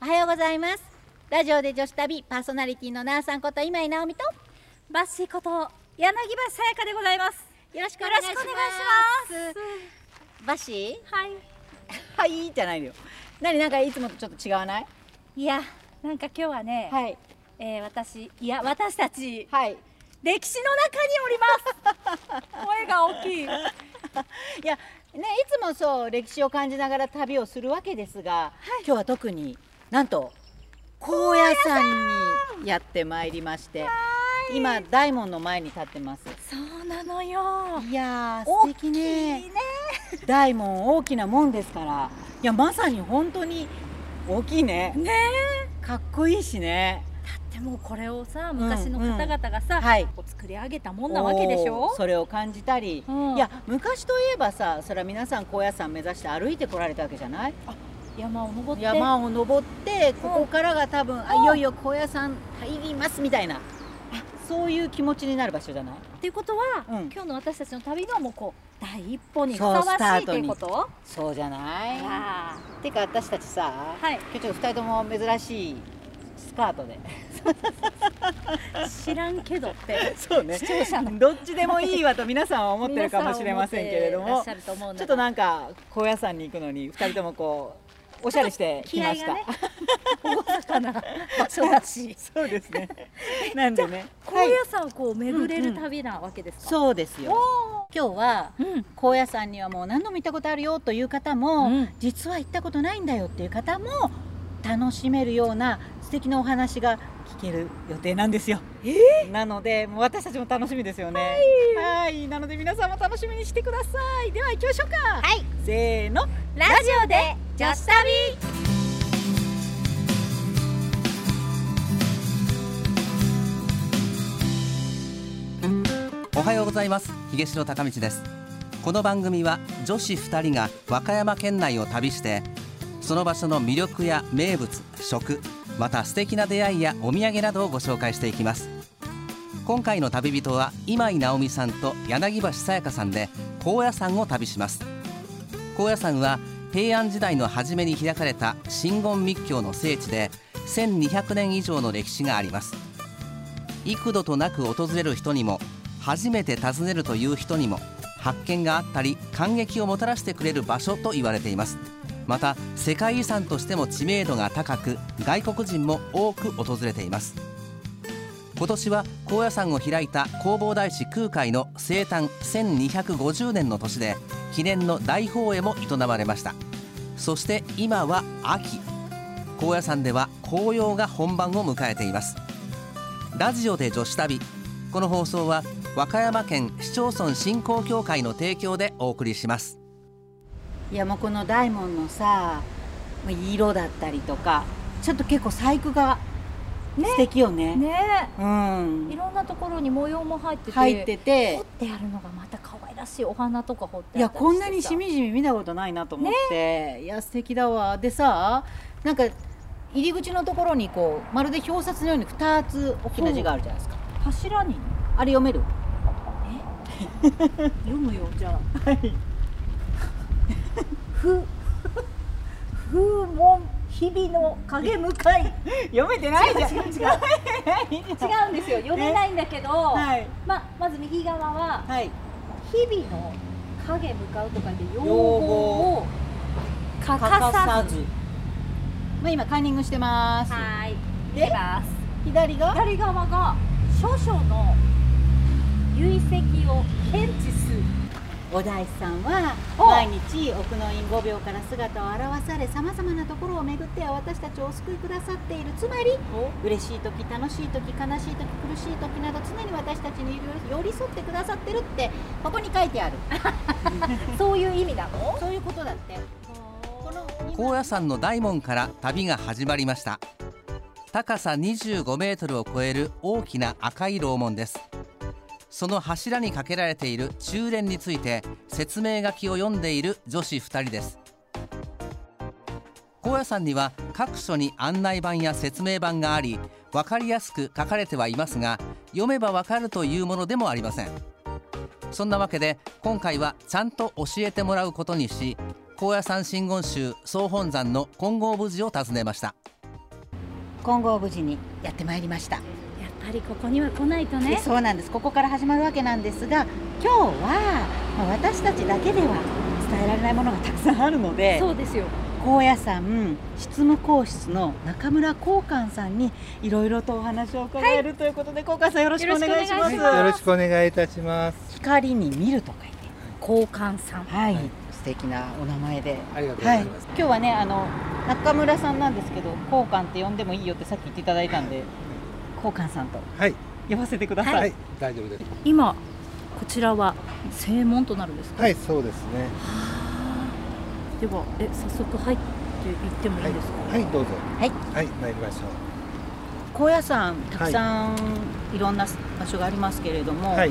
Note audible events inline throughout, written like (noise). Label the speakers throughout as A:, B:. A: おはようございますラジオで女子旅パーソナリティのなあさんこと今井直美と
B: バッシーこと柳葉さやかでございます。
A: よろしくお
B: よ
A: 願い
B: ろし
A: し
B: くお
A: ま
B: 願いします
A: す。バシ
B: はい。
A: はいじゃないのよ何なんかいつもとちょっと違わない
B: いや、なんか今日はね、
A: はい
B: えー私いや私たち
A: はい
B: 歴史の中におり
A: (laughs)
B: ます。声が大きい。はい
A: やねいつもそう歴史を感じながら旅をするわけですが、今日は特になんと高野山にやってまいりまして
B: い。
A: 今大門の前に立ってます
B: そうなのよ。
A: いやー素
B: 大
A: 敵
B: い
A: ね
B: いね。
A: 大門大きな門ですからいやまさに本当に大きいね
B: ね
A: かっこいいしね
B: え。でもこれをさ、昔の方々がさ、
A: うんはい
B: こう作り上げたもんなわけでしょ
A: おー。それを感じたり、
B: うん
A: いや昔といえばさそれは皆さん高野山目指して歩いてこられたわけじゃない
B: 山を登って。
A: 山を登ってここからが多分、あ
B: うん
A: いよいよ高野山入りますみたいなそういう気持ちになる場所じゃない
B: っていうことは、
A: うん
B: 今日の私たちの旅がもうこう第一歩にふさわ
A: そうスタ
B: しい
A: ー
B: と
A: ト
B: い
A: に
B: うこと。
A: そうじゃない
B: あ
A: てか私たちさ、
B: はい
A: 今日ちょっと2人とも珍しいスカートで
B: あ、知らんけどって。
A: そうね
B: 視聴者の
A: どっちでもいいわと皆さんは思ってるかもしれませんけれど
B: 皆
A: も
B: さん思ってらっしゃると思うので
A: ちょっとなんか高野山に行くのに2人ともこうおしゃれしてきました、
B: 気合がねおごそかな場所
A: (laughs)
B: だし
A: そうですねなん (laughs) でね
B: 高
A: はい
B: 野山をこう巡れる旅なわけですか、
A: そうですよ今日は
B: ううん
A: 高野山にはもう何度も行ったことあるよという方も、
B: うん
A: 実は行ったことないんだよっていう方も楽しめるような素敵なお話が聞ける予定なんですよ。なのでもう私たちも楽しみですよね。はいなので皆さんも楽しみにしてください。では行きましょうか。
B: はい
A: せーの。
B: ラジオで女子旅
C: おはようございますひげしろ高道ですこの番組は女子2人が和歌山県内を旅してその場所の魅力や名物食また素敵な出会いやお土産などをご紹介していきます今回の旅人は今井直美さんと柳橋さやかさんで高野山を旅します高野山は平安時代の初めに開かれた真言密教の聖地で1200年以上の歴史があります幾度となく訪れる人にも初めて訪ねるという人にも発見があったり感激をもたらしてくれる場所と言われていますまた世界遺産としても知名度が高く外国人も多く訪れています今年は高野山を開いた弘法大師空海の生誕1250年の年で記念の大法会も営まれましたそして今は秋高野山では紅葉が本番を迎えていますラジオで女子旅この放送は和歌山県市町村振興協会の提供でお送りします
A: いやもうこの大門のさ色だったりとかちょっと結構細工が素敵よね。
B: ね
A: う
B: えい
A: ん
B: ろんなところに模様も入ってて
A: 入ってて
B: 彫ってあるのがまた可愛らしいお花とか彫って
A: い
B: あ
A: や
B: ったり
A: こ
B: してさ
A: んなにしみじみ見たことないなと思って、いや素敵だわでさなんか入り口のところにこうまるで表札のように2つ大きな字があるじゃないですか
B: 柱に
A: あれ読める (laughs)
B: 読むよじゃあ
A: はい
B: ふ風門日々の影向かい
A: 読めてないじゃん
B: 違う違う違
A: 読め
B: う
A: てないじゃん
B: 違うんですよ読めないんだけど、
A: はい
B: まあ、まず右側は
A: はい
B: 日々の影向かうとかで用
A: 語
B: 語を欠かさず
A: まあ今カンニングしてます
B: はーい
A: で
B: 出ます
A: 左が
B: 左側が少々の累積を検知する
A: お大師さんは
B: お
A: 毎日奥の院御廟から姿を現されさまざまなところを巡っては私たちをお救いくださっているつまり嬉しい時楽しい時悲しい時苦しい時など常に私たちに寄り添ってくださってるってここに書いてある
B: そういう意味なの
A: そういうことだってこの
C: 高野山の大門から旅が始まりました高さ25メートルを超える大きな赤い楼門ですその柱にかけられている中連について説明書きを読んでいる女子2人です高野山には各所に案内板や説明板があり分かりやすく書かれてはいますが読めばわかるというものでもありませんそんなわけで今回はちゃんと教えてもらうことにし高野山真言宗総本山の金剛無寺を訪ねました
A: 今後無事にやってまいりました、
B: やっぱりここには来ないと
A: で
B: ね
A: そうなんですここから始まるわけなんですが今日はまあ私たちだけでは伝えられないものがたくさんあるので
B: そうですよ
A: 高野山執務皇室の中村光寛さんにいろいろとお話を伺えるということで、光寛さんよろしくお願いします
B: よろしくお願いし
D: はい、よ
B: ま
D: ろしくお願いいたします。
A: 光に見ると書いて
B: 交換さん
A: はい、
D: はい
A: 素敵なお名前で
D: ありがとうご
A: は
D: ざ
A: い
D: います。
A: 今日はねあの中村さんなんですけど光寛って呼んでもいいよってさっき言っていただいたんで光寛さんと
D: はい、
A: 呼ばせてください、
D: はい、大丈夫です。
B: 今こちらは正門となるんですか、
D: はい、そうですね。
B: ではえ早速入っていってもいいですか、
D: はい、どうぞ。
A: はい
D: はい、参りましょ
A: 高野山たくさん、い、ろんな場所がありますけれども、
D: う。はい、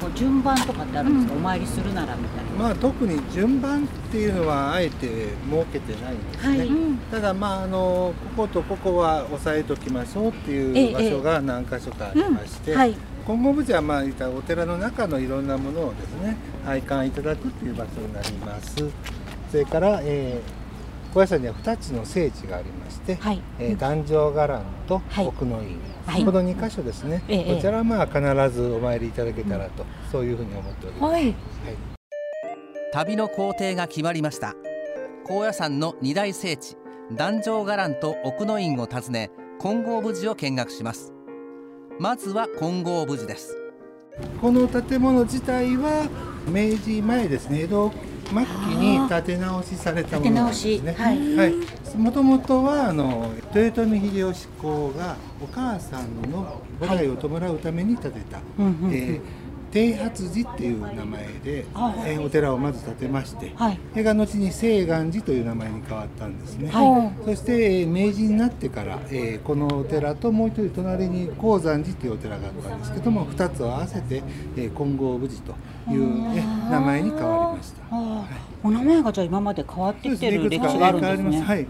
A: こう順番とかってあるんですか、
B: うん
A: お参りするならみたいな、
D: まあ、特に順番っていうのはあえて設けてないんですね。
A: はい
B: うん
D: ただ、まあ、あの、こことここは押さえときましょうって
A: え
D: い
A: え
D: う場所が何箇所かありまして。
A: はい
D: 今後部じゃ、まあ、いたお寺の中のいろんなものをですね、拝観いただくっていう場所になります。それから、えー、小屋さんには二つの聖地がありまして。
A: はい
D: えー、壇上伽藍と
A: はい
D: 奥の院、
A: はい
D: この2箇所ですね、
A: ええ
D: こちらはまあ必ずお参りいただけたらと、そういうふうに思っております、
B: はい
C: 旅の行程が決まりました高野山の二大聖地壇上伽藍と奥の院を訪ね金剛無寺を見学しますまずは金剛無寺です
D: この建物自体は明治前ですね江戸末期に建て直しされたものなんです
A: 建
D: ね
A: て直し
D: はいもともとはあの豊臣秀吉公がお母さんの母代を弔うために建てた、
A: うんうんうん
D: えー定発寺っていう名前で、
A: はい
D: えーお寺をまず建てまして、
A: はい
D: それが後に清願寺という名前に変わったんですね、
A: は
D: そしてえー明治になってから、えーこのお寺ともう一人隣に高山寺というお寺があったんですけども2つを合わせて、えー金剛無寺というね、名前に変わりました
A: あーお名前がじゃあ今まで変わってきてる歴史があるんですね
D: はい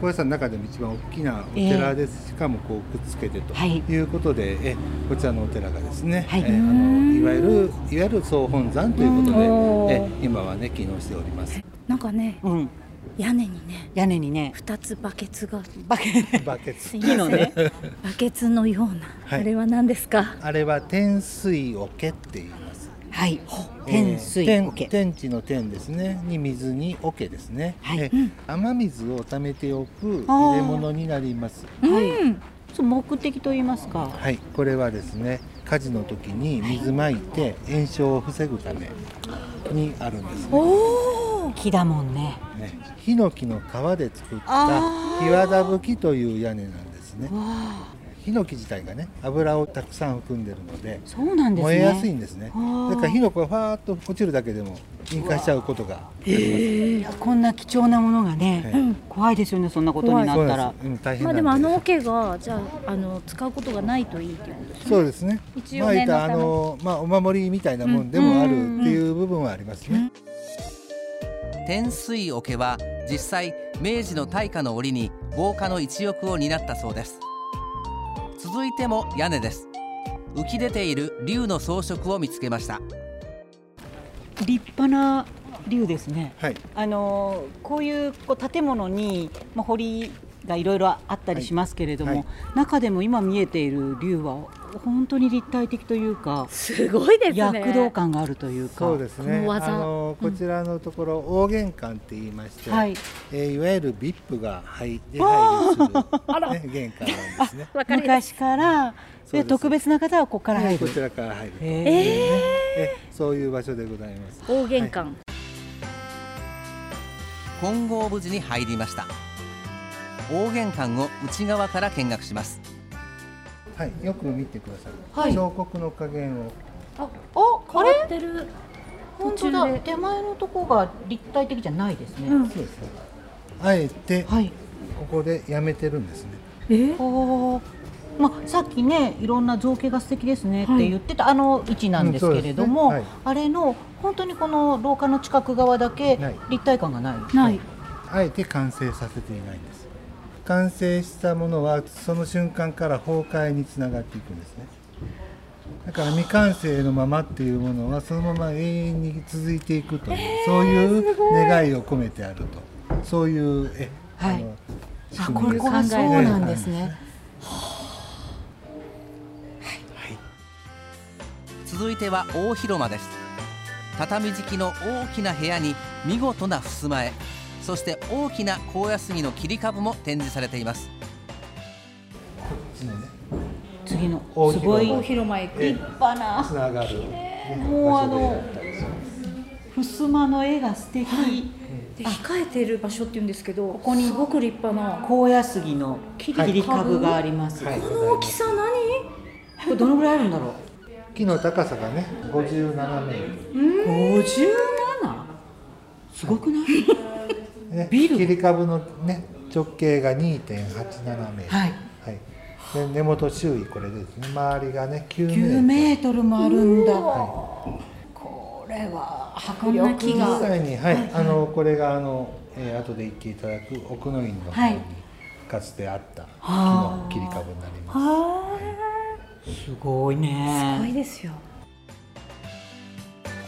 D: 小屋さんの中でも一番大きなお寺です、しかもこうくっつけてと
A: はい
D: いうことで、えこちらのお寺がですね、
A: はい
D: えーあのいわゆるいわゆる総本山ということで、
A: うん
D: え今はね機能しております。
B: なんかね
A: うん、
B: 屋根にね
A: 屋根にね
B: 二つバケツが
A: (laughs) バケ
D: バケツ
B: すいま
A: 木
B: せん
A: のね
B: バケツのような、
D: はい
B: あれは何ですか
D: あれは天水桶って言います。
A: (laughs) はい天水
D: えー
A: 桶、
D: 天天地の天ですね。に水に桶ですね。
A: はい
D: えー雨水を溜めておく
A: あー
D: 入れ物になります。
B: うん
A: そう目的と言いますか、
D: はい、これはですね火事の時に水まいて炎症を防ぐためにあるんですね
A: 木だもんね
D: ねヒノキの皮で作った
A: あー
D: ヒワダブキという屋根なんですね
A: わあ
D: ヒノキ自体がね油をたくさん含んでるので
A: そうなんですね
D: 燃えやすいんですね
A: あー
D: だからヒノコがファーッと落ちるだけでも引火しちゃうことがあり
A: いやこんな貴重なものがね、
D: はい
A: うん怖いですよねそんなことに
D: ま
A: な
D: すそ
A: っ
D: う
A: た
D: なん
A: ら
D: です、うん、大変
B: ま
D: な
B: あ
D: ん
B: で
D: です
B: もあの桶がじゃああの使うことがないといいっていうことですね
D: そうですね
B: 一応
D: まあい
B: 念の
D: た
B: た
D: あ
B: め
D: のまあお守りみたいなもんでもあるっていう部分はありますね、
C: 天水桶は実際明治の大化の折に防火の一翼を担ったそうです続いても屋根です浮き出ている竜の装飾を見つけました
A: 立派な竜ですね
D: はい
A: あのこういうこう建物に、まあ、堀がいろいろあったりしますけれども、
D: はいはい
A: 中でも今見えている竜は本当に立体的というか、
B: すごいですね
A: 躍動感があるというか
D: そうですね。
B: この技
D: あのこちらのところ、大玄関って言いまして、
A: はい
D: えーいわゆるビップが入で入
B: あら。
D: りする、ね、玄関なんですね
B: わかります
A: 昔から
D: そう
A: で
D: です
A: 特別な方はここ (laughs) から入
D: こ
A: る。
D: ちらから入ると、
A: へー
D: えそういう場所でございます。
B: 大玄関、
C: 金剛無寺に入りました大玄関を内側から見学します
D: はい、よく見てください。
A: はい
D: 彫刻の加減を。
A: お
B: 変
A: こ
B: わ
A: れ
B: ってる
A: 本当
B: 途中
A: だ
B: で
A: 手前のとこが立体的じゃないですね、
D: そうです。あえてこ
A: はい
D: こでやめてるんですね。
B: え
A: おーまあ、さっきねいろんな造形が素敵ですねっ
B: はい
A: て言ってた、あの位置なんですけれども、
D: うんそうですね
A: あれの本当にこの廊下の近く側だけ
D: ない
A: 立体感がない、
B: ない、
D: あえて完成させていないんです。完成したものはその瞬間から崩壊につながっていくんですね。だから未完成のままっていうものはそのまま永遠に続いていくという、そういう願いを込めてあるとそういうえ、
A: はい
D: あの仕
A: あ
D: 組
A: こ
D: み
A: れ
D: です
A: これそうなんですね、
C: 続いては大広間です畳敷きの大きな部屋に見事な襖絵そして大きな高野杉の切り株も展示されています
A: 次の
D: 大
A: すご
D: 広
A: い
D: 間
B: お広間へ行く
A: 立派な
D: つながる
A: もうあの襖の絵が素敵、
B: で控えてる場所って言うんですけどここにすごく立派な
A: 高野杉の切り株があります、
D: はい
B: この大きさ何
A: これどのぐらいあるんだろう
D: 木の高さがね57メート
A: 57すごくない
D: ル、ね、
A: ビル
D: 切り株のね直径が2.87メートル
A: はい
D: (laughs) はいで根元周囲これですね周りがね
A: 9
D: 9メー
A: メートルもあるんだ
D: トル、はい
A: これは
B: こ
A: 迫
B: んな
A: 力
B: 木
A: が
B: が
D: 実際に、はいあのこれがあの、えー後で行っていただく奥の院の方
A: は
D: に、
A: い
D: かつてあった木の切り株になります。
A: すごいね
B: すごいですよ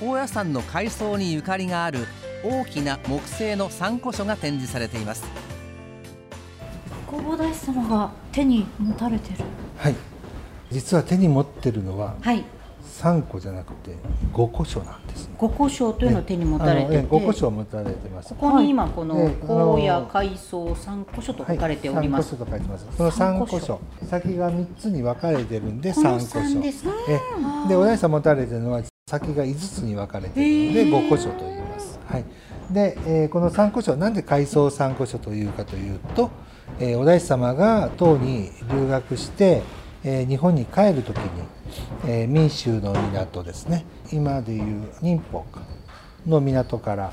C: 高野山の階層にゆかりがある大きな木製の参古書が展示されています
B: 弘法大師様が手に持たれてる
D: はい。実は手に持ってるのは
B: はい
D: 3個じゃなくて5個書なんですね。
A: 五胡椒というのを手に持たれて
D: あのえ
A: て、
D: ー5個書を持たれてます。
A: ここに今こ
D: は
A: の
D: い
A: 荒野海藻三胡椒と書かれております、
D: はい、3個書と書いてます。この3個書、先が3つに分かれてるんで
A: この
D: 3個書。
A: 三ですね
D: ええでお大師さん持たれてるのは先が5つに分かれているので5個所と言います。はい、で、えーこの3個所なんで海藻3個所というかというと、えーお大師様が唐に留学して、えー日本に帰る時に、えー民衆の港ですね今でいう寧波の港から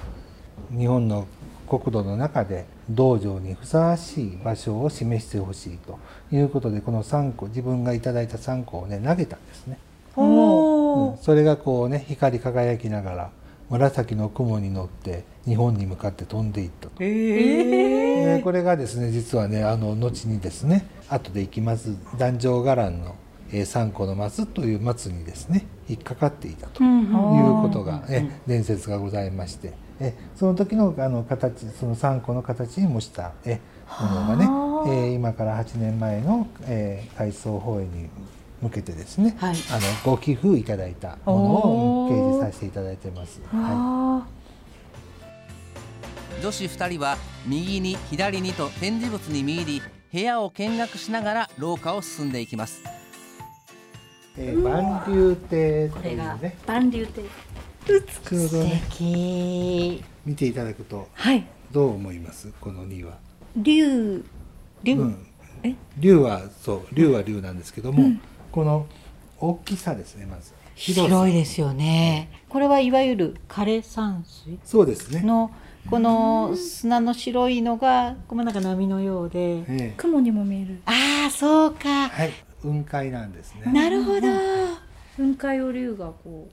D: 日本の国土の中で道場にふさわしい場所を示してほしいということでこの3個自分がいただいた3個をね投げたんですね。うんそれがこうね光り輝きながら紫の雲に乗って日本に向かって飛んでいったと、でこれがですね実はねあの後にですね後で行きます壇上伽藍の「えー三個の松」という松にですね引っかかっていたということが、え伝説がございましてえその時のあの形その三個の形に模したえものがね、えー今から8年前の、えー、海藻放映に向けてですね、
A: はい
D: あのご寄付いただいたものを掲示させていただいてます。は
C: 女子2人は右に左にと展示物に見入り部屋を見学しながら廊下を進んでいきます
D: い。えー、万流亭
B: こと
D: い
B: れが
D: うね、
B: 万流亭
D: ちょうどね
A: 素敵
D: 見ていただくと
B: はい
D: どう思いますこの2は。
B: 龍龍、
D: うん
B: え。
D: 龍はそう龍は龍なんですけども、この大きさですねまず。
A: 広いですよねこれはいわゆる枯山水
D: そうですね。
A: のこの砂の白いのがこのなんか波のようで
D: ええ
B: 雲にも見える
A: ああそうか
D: はい雲海なんですね。
A: なるほど
B: 雲海を龍がこ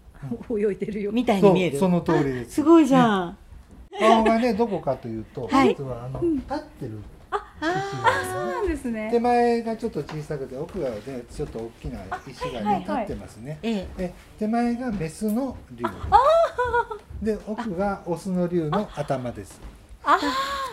B: う泳いでるよ
A: みたいに
D: そ
A: 見え
D: う
A: る
D: その通りです。
A: すごいじゃん
D: 顔がねどこかというと、
A: はい
D: 実はあの立ってる位置があるんです
B: そ
D: ね
B: うなんですね
D: 手前がちょっと小さくて奥がねちょっと大きな石が
B: はいはい
D: ね立ってますね。
A: ええ
D: で手前がメスの竜で奥がオスの竜の頭です。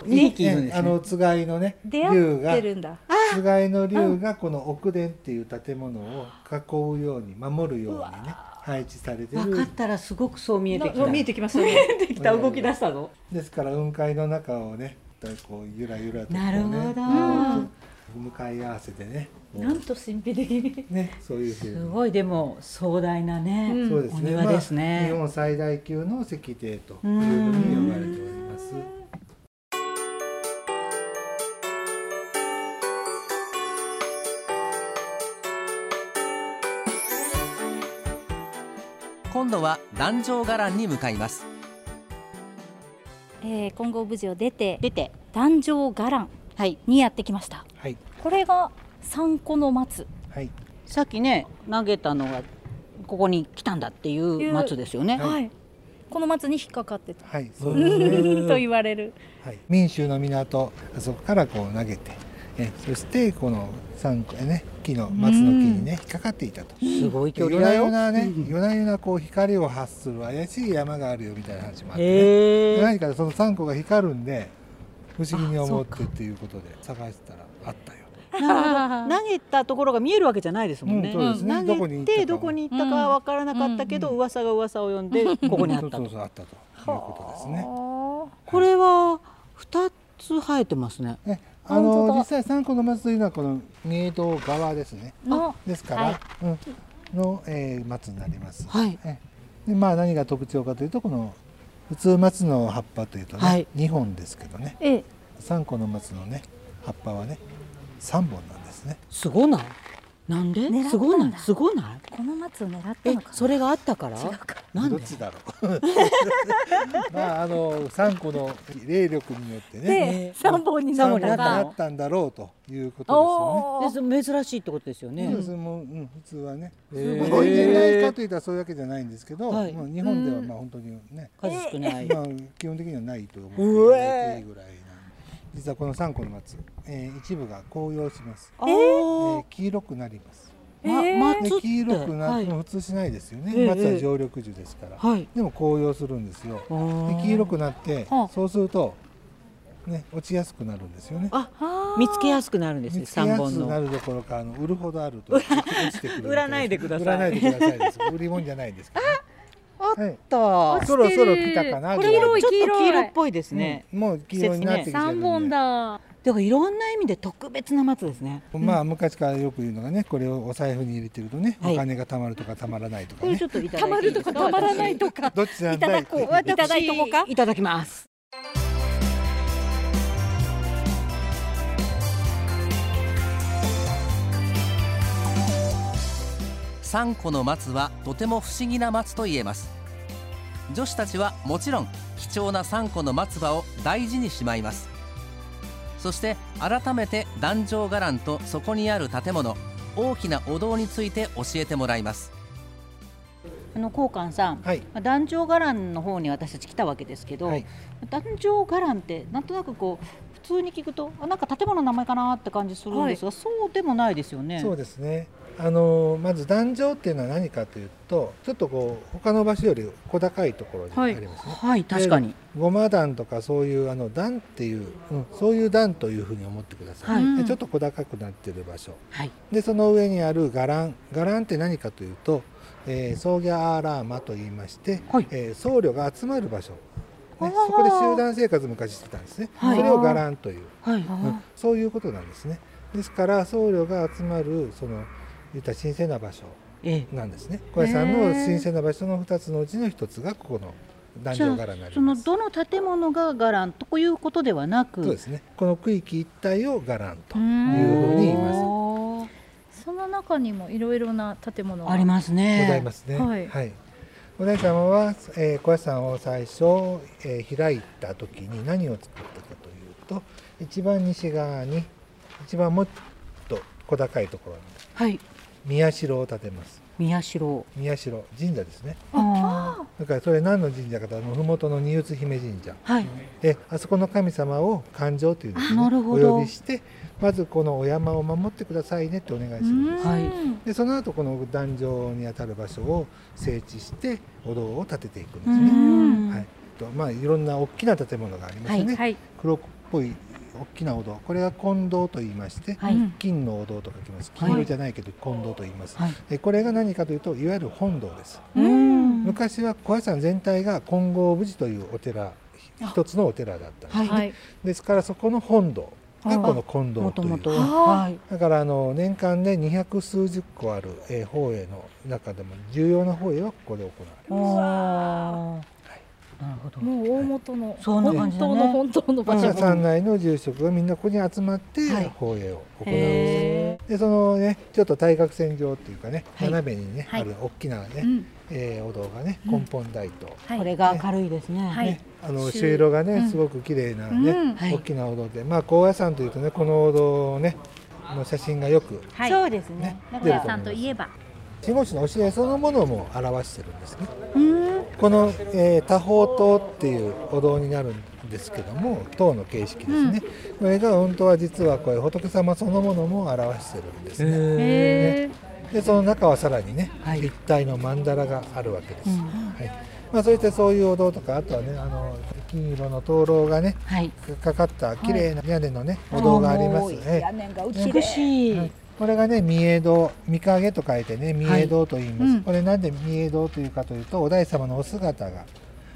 A: 二匹いるんですね
D: あのつがいのね
B: 出
D: 竜
B: 会
D: が
B: ってるんだ
D: つがいの竜がこの奥殿っていう建物を囲うように守るようにね配置されて
A: 分か
D: る
A: ったらすごくそう見えてき
B: な
A: た
B: 見
A: (laughs)
B: え
A: てきました見えてきた動き出したぞ
D: ですから雲海の中をねこうゆらゆらとこう
A: な
D: ね
A: るほど
D: 向かい合わせてねこう
B: なんと神秘的
D: ねそういうふうに
A: すごいでも壮大なね、
B: うん
D: そうです
A: お
D: ね。
A: 庭ですね、
D: まあ日本最大級の石庭というふう
A: う
D: に
A: ん
D: 呼ばれております。
C: 今度は壇上伽藍に向かいます
B: えー、金剛無事を出て
A: 出て
B: 壇上伽藍
A: はい
B: にやってきました
D: はい
B: これが三個の松
D: はい
A: さっきね投げたのがここに来たんだっていう松ですよね、
D: はい
B: いこの松に引っかかってた
D: はいそうですね。
B: と言われる
D: はい民衆の港あそこからこう投げて。えそしてこの三個ね木の松の木にね引っかかっていたと。
A: すごい距離
D: 夜
A: だ
D: な
A: よ
D: 夜なね夜な夜なこう光を発する怪しい山があるよみたいな話もあって、ね、
A: へえ
D: 何かその三個が光るんで不思議に思ってっていうことで探したらあったよ。
A: なるほど投げたところが見えるわけじゃないですもんね。
D: うんそうですねど
A: 投
D: こに
A: げ
D: 行ったか
A: てどこに行ったかは分からなかったけど、噂が噂を呼んでここにあった
D: そう
A: と
D: そう。そうあったということですね。
A: これは二つ生えてますね。
D: ねあ
B: 本当
D: の
B: だ
D: 実際三個の松というのはこの明道側ですね。
B: の
D: ですから、
B: はい
D: うんの、えー松になります。
A: はい。
D: ええでまあ何が特徴かというとこの普通松の葉っぱというとね、
A: はい
D: 2本ですけどね
B: ええ
D: 3個の松のね葉っぱはね3本なんですね。
A: すごない。なんで
B: 狙ったん？だ
A: すごない。すごない。
B: この松を狙った
A: え
B: のか、な
A: それがあったから？なん
D: どっ
A: で？
D: ちだろう。 (laughs) まああの3個の霊力によってね。
B: で三本になっ
D: 三本
B: た
D: にな
B: か
D: ったんだろうということ
B: お
A: で
B: ー
A: そ珍しいってことですよ
D: ですよね。
A: ね
D: そうで。すもう、うん、普通はね、
A: へ
D: ま
A: ー
D: あ多いんじゃないかといったらそういうわけじゃないんですけど、
A: はい
D: まあ日本ではまあ本当にね、
A: 数少ない。
D: まあ基本的にはないと思っていただいていいぐらいなんで実はこの3個の松、えー一部が紅葉します、
A: あ
D: え
A: ー
D: ー黄色くなります
B: えー
A: ま
D: で
A: 松って
D: 黄色くな、
A: はい
D: もう普通しないですよね、
A: ええ
D: 松は常緑樹ですから、
A: はい。
D: でも紅葉するんですよ
A: あ
D: で
A: ー
D: 黄色くなって
B: はあ
D: そうするとね落ちやすくなるんですよね
A: あ
B: あー
A: 見つけやすくなるんです
D: 見
A: ね。
D: つけ
A: 三
D: やすく
A: 本
D: な
A: の。
D: るどころかあの売るほどある
A: (laughs)
D: と落ちてくる
A: 売らないでください
D: 売らないでくださいです売り物じゃな
A: (laughs)
D: いですから、ね、はい
A: と
D: そろそろ来たかな
B: これも
D: ぐらい
A: ちょっと黄
B: 黄
A: 色
B: 色
A: っ
B: い
A: ぽいですね。
D: うんもう黄色になってきてるんで
B: 三本だ
A: だからいろんな意味で特別な松ですね。
D: まあ昔からよく言うのがねこれをお財布に入れてるとね、
A: はい
D: お金が貯まるとか貯まらないとか
A: これ
D: ね
A: ちょっといた
B: た
A: だ
B: ま
A: いてい
B: る
A: いで
B: と
A: すか。
B: かたまらないとか
D: どっちなん
B: いた
D: だい
B: だ
D: って
B: こう
A: 私。
B: 私いただいとこか
A: いただきます。
C: 3個の松はとても不思議な松と言えます女子たちはもちろん貴重な3個の松葉を大事にしまいますそして改めて壇上伽藍とそこにある建物大きなお堂について教えてもらいます
A: あの高官さん、
D: はい
A: まあ壇上伽藍の方に私たち来たわけですけど、
D: はい
A: 壇上伽藍ってなんとなくこう普通に聞くとあなんか建物の名前かなって感じするんですが、そうでもないですよね。
D: そうですねあのまず壇上っていうのは何かというとちょっとこう他の場所より小高いところにありますね、
A: はい確かに。
D: ごま段とかそういうあの段っていう、うんそういう段というふうに思ってください、
A: はい
D: でちょっと小高くなってる場所
A: はい
D: でその上にある伽藍伽藍って何かというと、えー、ソーギャーラーマと言いまして、
A: はい
D: えー僧侶が集まる場所、ね、
A: あー
D: そこで集団生活を昔してたんですね、
A: はい
D: それを伽藍という、
A: はい
D: うんそういうことなんですねですから僧侶が集まるその言ったら神聖な場所
A: え
D: なんですね小林さんの神聖な場所の二つのうちの一つがここの
A: え。
D: 壇
A: じゃ
D: 上
A: あ
D: 伽藍になり
A: そ
D: ま
A: の
D: す
A: どの建物が伽藍ということではなく、
D: そうですねこの区域一帯を伽藍という
B: うん
D: ふうに言います
A: おー
B: その中にもいろいろな建物が
A: ありますね。
D: ございますね。
B: はい
D: お姉様は、えー、小屋さんを最初、えー開いた時に何を作ったかというと一番西側に一番もっと小高いところに
A: はい
D: 宮代を建てます
A: 宮代。
D: 宮代神社ですね
A: あ
D: だからそれ何の神社かというと麓の二鬱姫神社
A: あはい
D: えあそこの神様を感情というんですね
A: あなるほど
D: お呼びしてまずこのお山を守ってくださいねってお願いするんです
A: はい
D: でその後この壇上にあたる場所を整地してお堂を建てていくんです
A: う
D: ね。
A: ん
D: はい、とまあいろんな大きな建物がありますよね。
B: はい
D: 黒っぽい大きなお堂、これが金堂と言いまして、
A: はい
B: うん
D: 金のお堂と書きます。
A: はい
D: 金色じゃないけど金堂と言います。
A: はい
D: えこれが何かというといわゆる本堂です。
A: うん
D: 昔は小屋山全体が金剛無寺というお寺一つのお寺だったんです。
A: はい
B: はい
D: ですからそこの本堂がこの金堂
A: も
D: と
A: と
D: いう。
A: もと
B: は
A: はい
D: だからあの年間で200数十個ある、えー、法営の中でも重要な法営はここで行われる。
A: ああ、なるほど。
B: もう大元の
A: そんな感じだね
B: 本当の本当の場
D: 小
B: 所
D: 屋山内の住職がみんなここに集まって
A: はい
D: 法営を行うんです。
B: へ
D: でそのねちょっと対角線上っていうかね
A: はい
D: 斜めにね、
B: はい
D: ある大きなね、
B: ーうん
D: えーお堂がね根本大塔、
B: はい
A: これが明るいですね。
B: はい
D: ねあの
B: 朱
D: 朱色がね、
B: うん
D: すごく綺麗なね、
B: うん
A: はい
D: 大きなお堂でまあ高野山というとねこのお堂をねの写真がよく
B: はい
A: そうですね
D: ね。
A: だか
D: 出る
A: ら
D: と思います
B: さんといえば
D: 神護士の教えそのものも表してるんですね。
B: うん
D: この、えー多宝塔っていうお堂になるんですけども塔の形式ですね、これが本当は実はこれ仏様そのものも表してるんですね
B: へえ
D: でその中はさらにね、
A: はい
D: 立体の曼荼羅があるわけです、
A: うん
D: はいまあ、そういったそういうお堂とかあとはねあの金色の灯籠がね
E: はい
D: かかった綺麗な屋根のね、
E: はい
D: お堂があります
B: もう屋
D: ね、
B: 根が
E: 美
B: 美しい。
E: しい、
D: はいこれがね三重堂三影と書いてね三重堂と言います、
E: うん
D: これなんで三重堂というかというとお大師様のお姿がいわ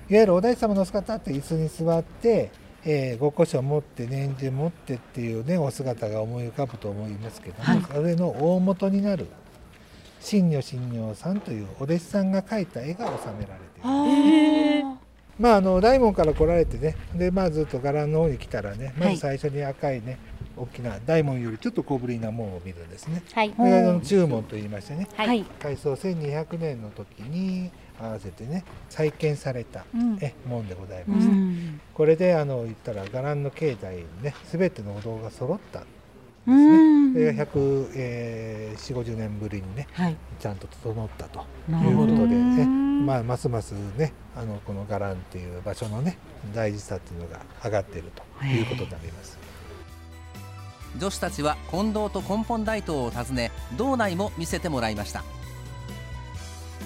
D: ゆるお大師様のお姿って椅子に座って、えー、ご古書持って年中持ってっていうねお姿が思い浮かぶと思いますけども、
E: はい
D: それの大元になる新女新女さんというお弟子さんが描いた絵が収められている。
E: へー
D: まああの大門から来られてねでまあずっと柄の方に来たらねま
E: は
D: ず
E: い
D: 最初に赤いね、大きな大門よりちょっと小ぶりな門を見るんですね。
B: はい。
D: これがあの中門と言いましてね
B: はい。
D: 改装1200年の時に合わせてね再建された、
B: うん
D: え門でございうます。
E: ん
D: これであの言ったら伽藍の境内にね全てのお堂が揃った。
E: うん
D: それが100、えー、4 5 0年ぶりにね
E: はい
D: ちゃんと整ったと
E: な
D: とい
E: る
D: うこ
E: ほ
D: と
E: ど
D: でね、
B: うん
D: まあ、ますますねあのこの伽藍っていう場所のね大事さっていうのが上がっているということになります。
C: 女子たちは金堂と根本大塔を訪ね堂内も見せてもらいました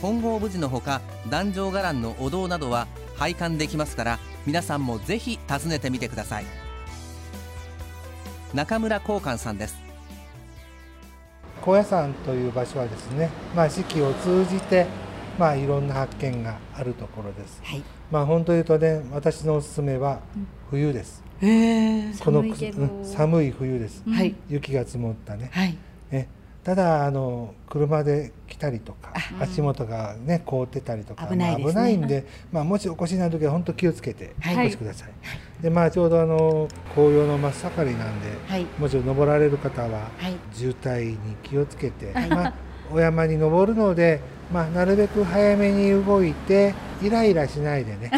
C: 金剛無事のほか壇上伽藍のお堂などは拝観できますから皆さんもぜひ訪ねてみてください中村光寛さんです
D: 高野山という場所はですね、まあ、四季を通じて、まあ、いろんな発見があるところです。
E: はい
D: まあ、本当言うとね私のおすすめは冬です。
E: へえ
D: この
B: 寒いけど
D: うん寒い冬です。
B: うん
E: はい
D: 雪が積もったね
E: はい
D: ね、ただあの車で来たりとか
B: あ
D: 足元がね凍ってたりとか
E: 危ないですね
D: まあ危ないんで、まあ、もしお越しになる時は本当気をつけて
E: はい
D: お越しください、でまあちょうどあの紅葉の真っ盛りなんで
E: はい
D: もし登られる方は
E: はい
D: 渋滞に気をつけて、
E: はい
D: まあ、 (laughs) お山に登るので、まあ、なるべく早めに動いてイライラしないでね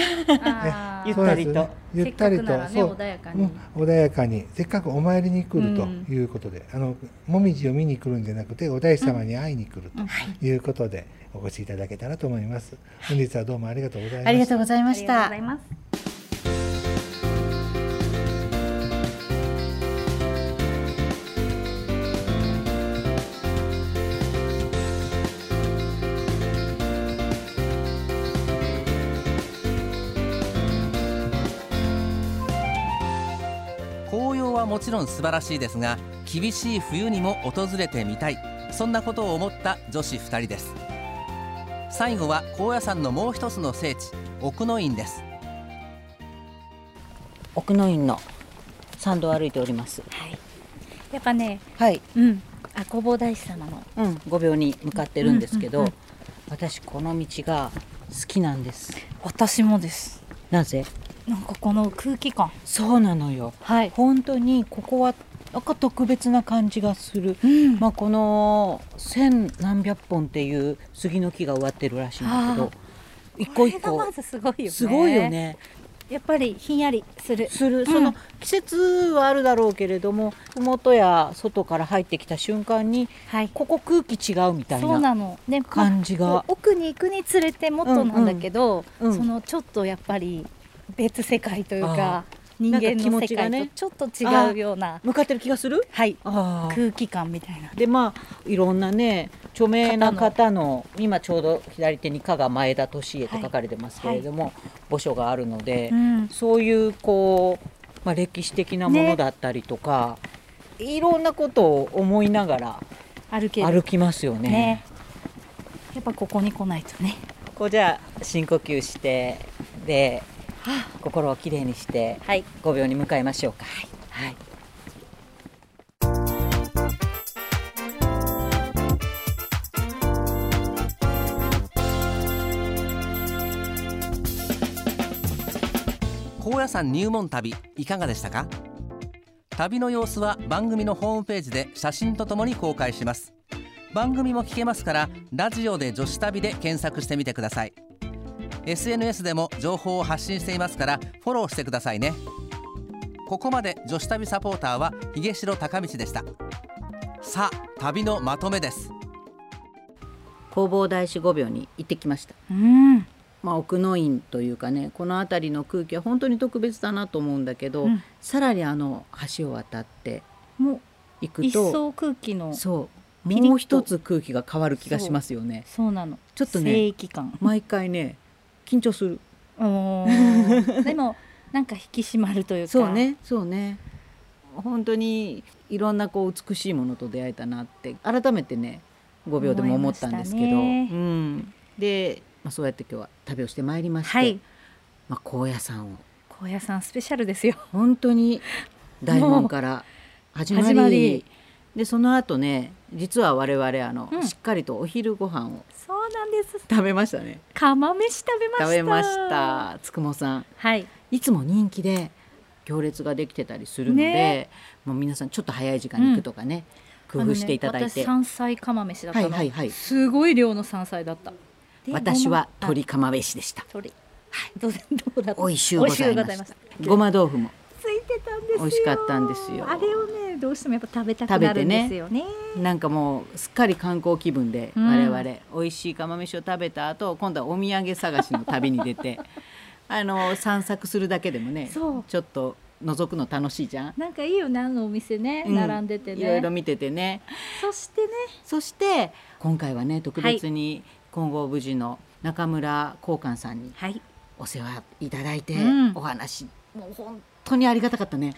B: あー
E: (laughs) ゆったりと
D: そうなんですよねゆったりと
B: せっかくな
D: そ
B: らね
D: う
B: 穏やか
D: う
B: に
D: ん。、穏やかにせっかくお参りに来ると
B: うん
D: いうことで、あのもみじを見に来るんじゃなくてお大師様に会いに来るということで、お越しいただけたらと思います本日はどうもありがとうございました
E: ありがとうござい
B: あ
E: ま
B: り
E: し
B: がとう
E: た
B: ございます。
C: 紅葉はもちろん素晴らしいですが厳しい冬にも訪れてみたいそんなことを思った女子2人です最後は高野山のもう一つの聖地奥の院です
A: 奥の院の参道を歩いております。
B: はい。やっぱね、
A: はい、
B: うん。あ、工房大師様の。
A: うん、5秒に向かってるんですけど、
B: うんうん
A: 私この道が好きなんです。
B: 私もです。
A: なぜ？
B: なんかこの空気感。
A: そうなのよ。
B: はい。
A: 本当にここはなんか特別な感じがする。
B: うん
A: まあこの千何百本っていう杉の木が植わってるらしいんだけ
B: あ
A: ど
B: ー、
A: 一
B: こ
A: 個
B: れ
A: 一
B: が
A: 個
B: まずすごいよね。
A: すごいよ。ね。
B: やっぱりひんやりする。
A: する
B: ん
A: その季節はあるだろうけれども、麓や外から入ってきた瞬間に
B: はい。
A: ここ空気違うみたい
B: そう
A: な
B: なの。ね、まあ
A: 感じが。
B: 奥に行くにつれてもっとなんだけど、
A: うんうんうん
B: そのちょっとやっぱり別世界というか人
A: なんか
B: 間
A: 気
B: の
A: 持
B: 世
A: ちが
B: 界
A: ね
B: とちょっと違うような、
A: 向かってる気がする
B: はい
A: ああ
B: 空気感みたいな。
A: でまあいろんなね著名な方の今ちょうど左手に「加賀前田利家」と書かれてますけれども、墓所があるので、
B: うん、
A: そういうこう、まあ、歴史的なものだったりとか、いろんなことを思いながら
B: 歩ける
A: 歩きますよね。
B: ねやっぱここに来ないとね。
A: こうじゃあ深呼吸してで心をきれいにして
B: はい。
A: 5秒に向かいましょうか。はい
C: 高野山入門旅いかがでしたか旅の様子は番組のホームページで写真とともに公開します番組も聞けますからラジオで女子旅で検索してみてください SNS でも情報を発信していますからフォローしてくださいねここまで女子旅サポーターはひげしろ高道でしたさあ旅のまとめです
A: 弘法大師5秒に行ってきました。
B: うん。
A: まあ、奥の院というかねこの辺りの空気は本当に特別だなと思うんだけど、
B: うん
A: さらにあの橋を渡って
B: も
A: いうく
B: 一
A: と
B: 層空気のそ
A: そう
B: ピリッと
A: もう一つ空気が変わる気がしますよね。
B: うなの。
A: ちょっと
B: 正
A: ね
B: 義感。
A: 毎回ね緊張する (laughs)
B: おーでもなんか引き締まるというか
A: そうねそうね本当にいろんなこう美しいものと出会えたなって改めてね5秒でも思ったんですけど、
B: 思いまし
A: う
B: た
A: ん、で、まあ、そうやって今日は旅をしてまいりまして、
B: はい
A: まあ、高野山を
B: 高野山スペシャルですよ
A: 本当に大門から始まり
B: 始まり
A: でその後ね実は我々あの、
B: うん
A: しっかりとお昼ご飯を
B: そうなんです
A: 食べましたね
B: 釜飯食べました
A: 食べましたつくもさん
B: はい
A: いつも人気で行列ができてたりするので、
B: ね
A: もう皆さんちょっと早い時間に行くとかね、工夫していただいて、
B: あのね、私山菜釜飯だったの、
A: はいはいはい
B: すごい量の山菜だったで
A: 私は
B: ごま
A: 鶏釜飯でした
B: 鳥どうだどうだった
A: 美味しゅうござい
B: 美
A: ま
B: 味しゅう
A: した
B: た
A: ごま豆腐も
B: ついてたんですよ
A: 美味しかったんですよ
B: あれをねどうしてもやっぱ食べたくなるんですよね
A: なんかもうすっかり観光気分で
B: うん
A: 我々、美味しい釜飯を食べた後今度はお土産探しの旅に出
B: (laughs)
A: てあの散策するだけでもね
B: そう
A: ちょっと覗くの楽しいじゃん、
B: なんかいいよねあのお店ね、
A: うん
B: 並んでてね
A: いろいろ見ててね
B: そしてね
A: そして今回はね特別に金剛無事の中村光寛さんに
B: はい
A: お世話いただいて、
B: うん
A: お話もう本当にありがたかったね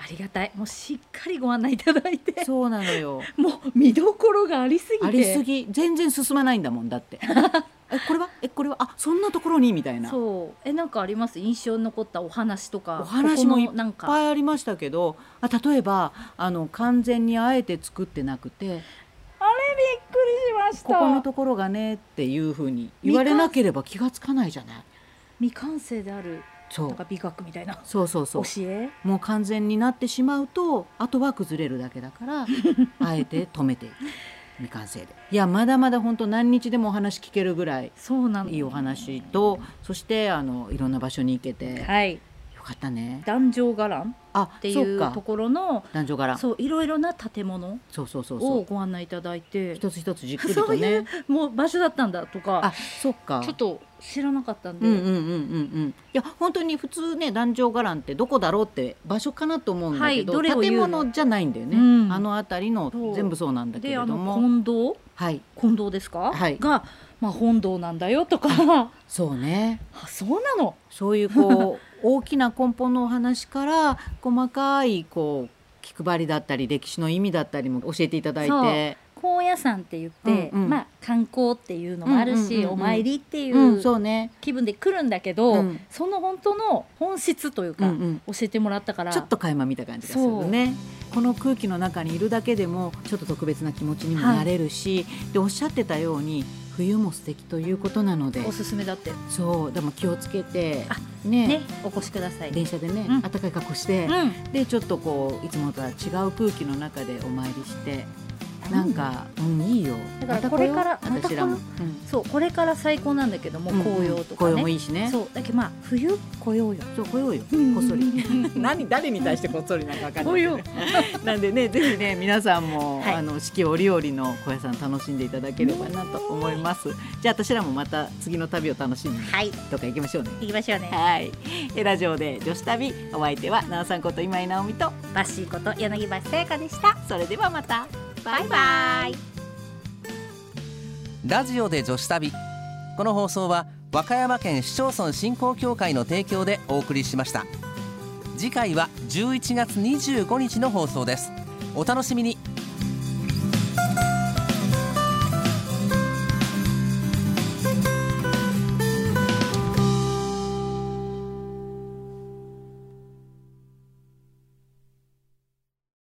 B: ありがたいもうしっかりご案内いただいて
A: そうなのよ
B: もう見どころがありすぎて
A: ありすぎ全然進まないんだもんだって
B: (laughs)
A: えこれはえこれはあそんなところにみたいな
B: そうえなんかあります印象に残ったお話とか
A: お話も
B: こ
A: い
B: このなん
A: っ
B: か
A: ぱいありましたけどあ例えばあの完全にあえて作ってなくて
B: びっくりしまし
A: ここのところがねっていうふうに言われなければ気がつかないじゃない
B: 未完成である
A: そ
B: なん
A: う
B: か美学みたいな
A: そうそうそ
B: 教
A: う
B: え
A: もう完全になってしまうとあとは崩れるだけだから
B: (laughs)
A: あえて止めていく未完成でいやまだまだ本当何日でもお話聞けるぐらい
B: そうなの
A: いいお話とそしてあのいろんな場所に行けて、
B: はい
A: よかったね
B: 壇上伽藍っ
A: あ
B: て
A: そ
B: いうう
A: か
B: ところの
A: 男女柄
B: そういろいろな建物
A: そうそうそうそ
B: を
A: う
B: ご案内いただいて
A: 一つ一つじっくり
B: そ
A: と
B: うい
A: ね
B: うもう場所だったんだと
A: あ
B: か
A: そっか
B: ちょっと知らなかったんで、
A: うんうんうんうんうんいや本当に普通ね壇上伽藍ってどこだろうって場所かなと思うんだけど,、
B: はいどれを言
A: 建
B: うの
A: 物じゃないんだよね、
B: うん
A: あの辺りの
B: そう
A: 全部そうなんだけれ
B: であ
A: ど
B: の
A: も
B: 近堂
A: はい
B: 近堂ですか、
A: はい
B: が、まあ、本堂なんだよとか
A: そうね
B: (laughs) あそうなの
A: そういうこう大きな根本のお話から細かいこう気配りだったり歴史の意味だったりも教えていただいて
B: 高野山って言って、
A: うんうん
B: まあ、観光っていうのもあ
A: う
B: るし、
A: んうんうんうん
B: お参りってい
A: うん
B: う
A: そうね
B: 気分で来るんだけど、
A: うん
B: その本当の本質という
A: う
B: か、
A: んうん
B: 教えてもらったから
A: ちょっと垣間見た感じがするねこの空気の中にいるだけでもちょっと特別な気持ちにもなれるし、でおっしゃってたように冬も素敵ということなので
B: おすすめだって
A: そうでも気をつけて
B: あ
A: ね
B: ねお越しください。
A: 電車でね、
B: うん
A: 暖かい格好して
B: う、ん、
A: でちょっとこういつもとは違う空気の中でお参りしてなんか、うん、いいよ
B: だからこれから
A: また来よう私らも、
B: ま
A: うん
B: そうこれから最高なんだけども、紅葉とかね
A: 紅葉もいいしね
B: そうだけどまあ冬紅葉よ
A: そう来ようよ
B: うん
A: こっそり (laughs) 何誰に対してこっそりなのかわかんない
B: 紅
A: けど
B: 葉
A: (laughs) なんでね、ぜひね、皆さんも、
B: はい
A: あの四季折々の小屋さん楽しんでいただければなと思います。じゃあ、私らもまた次の旅を楽しみに、
B: はい
A: どっか行きましょうね。
B: 行きましょうね
A: はい、えラジオで女子旅、お相手はなおさんこと今井直美と、
B: バッシーこと柳橋さやかでした
A: それではまた。
B: バイバイ
C: ラジオで女子旅この放送は和歌山県市町村振興協会の提供でお送りしました次回は11月25日の放送ですお楽しみに